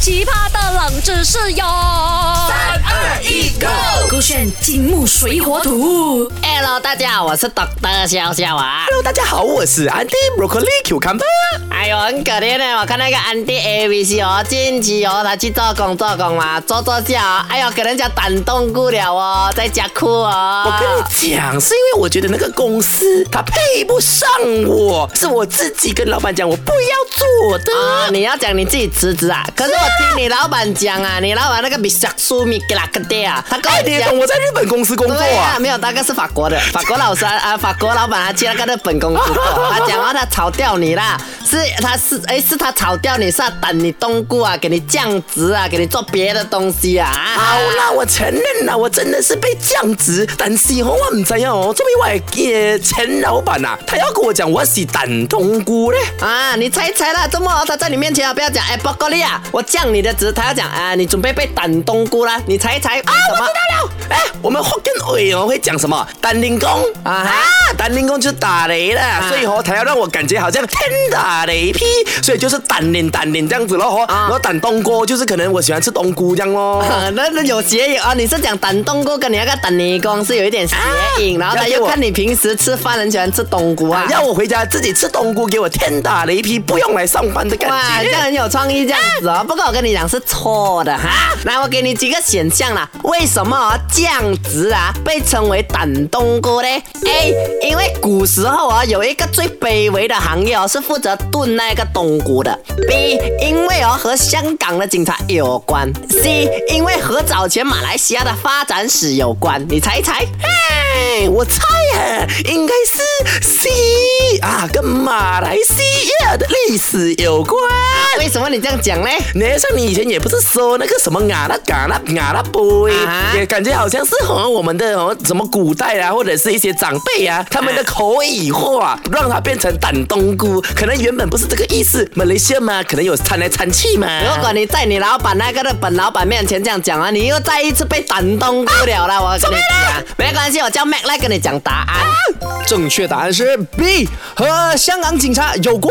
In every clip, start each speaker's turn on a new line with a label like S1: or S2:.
S1: 奇葩的冷知识哟！三
S2: 二一，Go！
S1: 勾选金木水火土。
S3: Hello，大家好，我是 Doctor 笑笑啊。
S2: Hello，大家好，我是 Andy Broccoli Cucumber。
S3: 哎呦，很可怜呢，我看那个 Andy ABC 哦，近期哦，他去做工做工嘛，做做下、哦，哎呦，给人家感动不了哦，在家哭哦。
S2: 我跟你讲，是因为我觉得那个公司它配不上我，是我自己跟老板讲我不要做的。
S3: 啊、你要讲你自己辞职啊？可是我听你老板讲啊，你老板那个比小苏米给拉克爹啊，他跟我
S2: 哎，你也
S3: 讲
S2: 懂我在日本公司工作
S3: 对啊，
S2: 啊。
S3: 没有，大概是法国 的，法国老师啊啊，法国老板他去那个日本公司过，他讲话他炒掉你啦，是他是哎是他炒掉你，是他等你冬菇啊，给你降职啊，给你做别的东西啊。
S2: 好啦，我承认啦，我真的是被降职，但是哦，我唔知道哦，作为我的前老板啊，他要跟我讲我是胆冬菇嘞。
S3: 啊，你猜猜啦，这么他在你面前啊，不要讲哎，broccoli 啊，我降你的职，他要讲啊，你准备被等冬菇啦，你猜一猜啊，我知道了，
S2: 哎，我们福建委员会讲什么？丹灵公
S3: 啊
S2: 啊
S3: 哈，啊
S2: 丹灵公就是打雷了，所以哦，他要让我感觉好像天打雷劈，所以就是丹灵丹灵这样子咯吼。然后丹冬菇就是可能我喜欢吃冬菇这样咯。
S3: 啊 那那有谐音啊！你是讲等冬菇跟你那个等你公是有一点谐音，然后他
S2: 要给
S3: 又
S2: 啊我
S3: 看你平时吃饭很喜欢吃冬菇啊。
S2: 要我回家自己吃冬菇，给我天打雷劈，不用来上班的感
S3: 哇，这样
S2: 觉。
S3: 很有创意这样子哦。不过我跟你讲是错的哈。来，我给你几个选项啦。为什么哦酱子啊被称为胆冬菇呢？A，因为古时候啊有一个最卑微的行业哦是负责炖那个冬菇的。B，因为哦和香港的警察有关。C，因为和早前马来西亚的发展史有关。你猜一猜。
S2: 哎，我猜啊，应该是 C 啊，跟马来西亚的历史有关。
S3: 为什么你这样讲呢？
S2: 那像你以前也不是说那个什么啊那嘎啦啊啦 boy，、
S3: 啊
S2: 也感觉好像是好像我们的哦什么古代啊，或者是一些长辈啊，他们的口语化让它变成胆冬菇，可能原本不是这个意思。马来西亚嘛，可能有掺来掺去嘛。
S3: 如果你在你老板那个日本老板面前这样讲啊，你又再一次被感动不了了。我跟你讲，啊没关系，我叫 Mac 来跟你讲答案。
S2: 啊
S4: 正确答案是 B，和香港警察有关。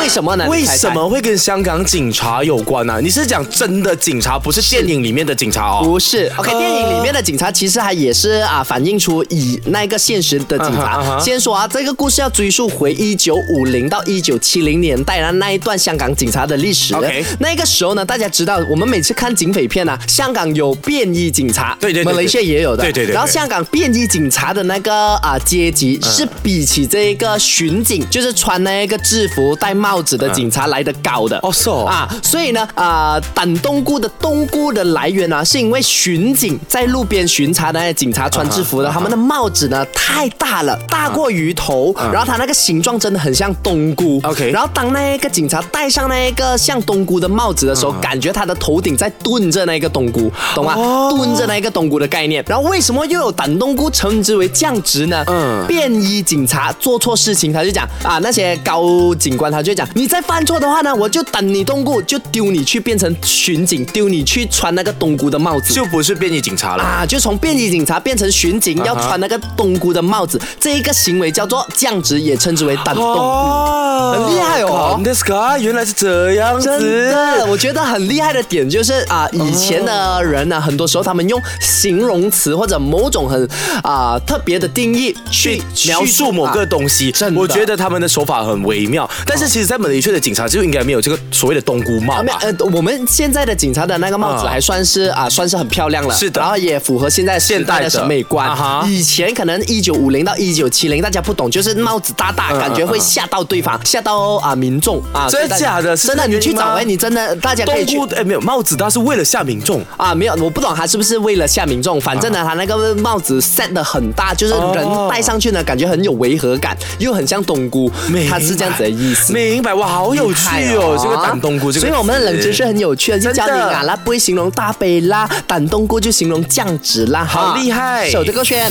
S3: 为什么呢？
S2: 为
S3: 你猜猜
S2: 什？么会跟香港警察有关啊呢、你是讲真的警察，不是电影里面的警察哦？
S4: 不是，OK，、
S2: 呃
S4: 电影里面的警察其实还也是啊，反映出以那个现实的警察。
S2: 嗯哼嗯哼
S4: 先说啊，这个故事要追溯回一九五零到一九七零年代的那一段香港警察的历史。
S2: OK
S4: 那个时候呢，大家知道，我们每次看警匪片啊，香港有便衣警察，
S2: 对对对对
S4: 马来西亚也有的，
S2: 对对对对嗯
S4: 然后香港便衣警察的那个啊阶级是比起这个巡警，就是穿那个制服戴帽子的警察来的高的。
S2: 嗯哦是哦
S4: 啊，所以呢，啊，胆冬菇的冬菇的来源呢、是因为巡警在路边巡查的那些警察穿制服的，
S2: 啊
S4: 他们的帽子呢太大了，大过于头，然后它那个形状真的很像冬菇。
S2: 啊 OK
S4: 然后当那个警察戴上那个像冬菇的帽子的时候，
S2: 嗯
S4: 感觉他的头顶在炖着那个冬菇，懂吗？
S2: 哦
S4: 炖着那个冬菇的概念。然后为什么又有胆冬菇称之为降职呢？
S2: 嗯
S4: 便衣警察做错事情，他就讲啊，那些高警官他就讲，你再犯错的话呢，我就等你冬菇，就丢你去变成巡警，丢你去穿那个冬菇的帽子。
S2: 就不是便衣警察了。
S4: 啊，就从便衣警察变成巡警，
S2: 啊
S4: 要穿那个冬菇的帽子，这一个行为叫做降职，也称之为
S2: 啊
S4: 胆冬菇。
S2: 哦
S4: 很厉害哦
S2: 这是啊，原来是这样
S4: 真
S2: 子。
S4: 的，我觉得很厉害的点就是啊，以前的人呢、很多时候他们用形容词或者某种很啊特别的定义去啊
S2: 去描述某个东西，
S4: 真的
S2: 我觉得他们的手法很微妙。但是其实，在马来西亚的警察就应该没有这个所谓的冬菇帽
S4: 啊，没
S2: 吧
S4: 有？呃，我们现在的警察的那个帽子
S2: 啊
S4: 还算是啊，算是很漂亮了，
S2: 是的
S4: 然后也符合现在现代
S2: 代
S4: 的
S2: 的
S4: 审美观
S2: 啊。哈
S4: 以前可能一九五零到一九七零，大家不懂，就是帽子大大，
S2: 嗯
S4: 感觉会吓到对方，吓到啊民众啊。
S2: 真的
S4: 所以大
S2: 假的是
S4: 真的，
S2: 这
S4: 你
S2: 个
S4: 去
S2: 原因吗
S4: 找哎，你真的大家可以
S2: 冬
S4: 去
S2: 菇。哎，没有帽子，它是为了吓民众。
S4: 啊，没有，我不懂他是不是为了吓民众。反正呢，他
S2: 啊
S4: 那个帽子 set 的很大，就是人
S2: 哦
S4: 戴上去呢，感觉很有违和感，又很像冬菇
S2: 明，白
S4: 他是这样子的意思。
S2: 明白，哇，好有趣
S4: 厉害
S2: 哦，这个胆冬菇这个词。
S4: 所以我们的冷知识很有趣的，就教你
S2: 真的
S4: 啊啦，不会形容大杯啦，胆冬菇就形容酱汁啦，哈
S2: 好厉害
S4: 守着勾选。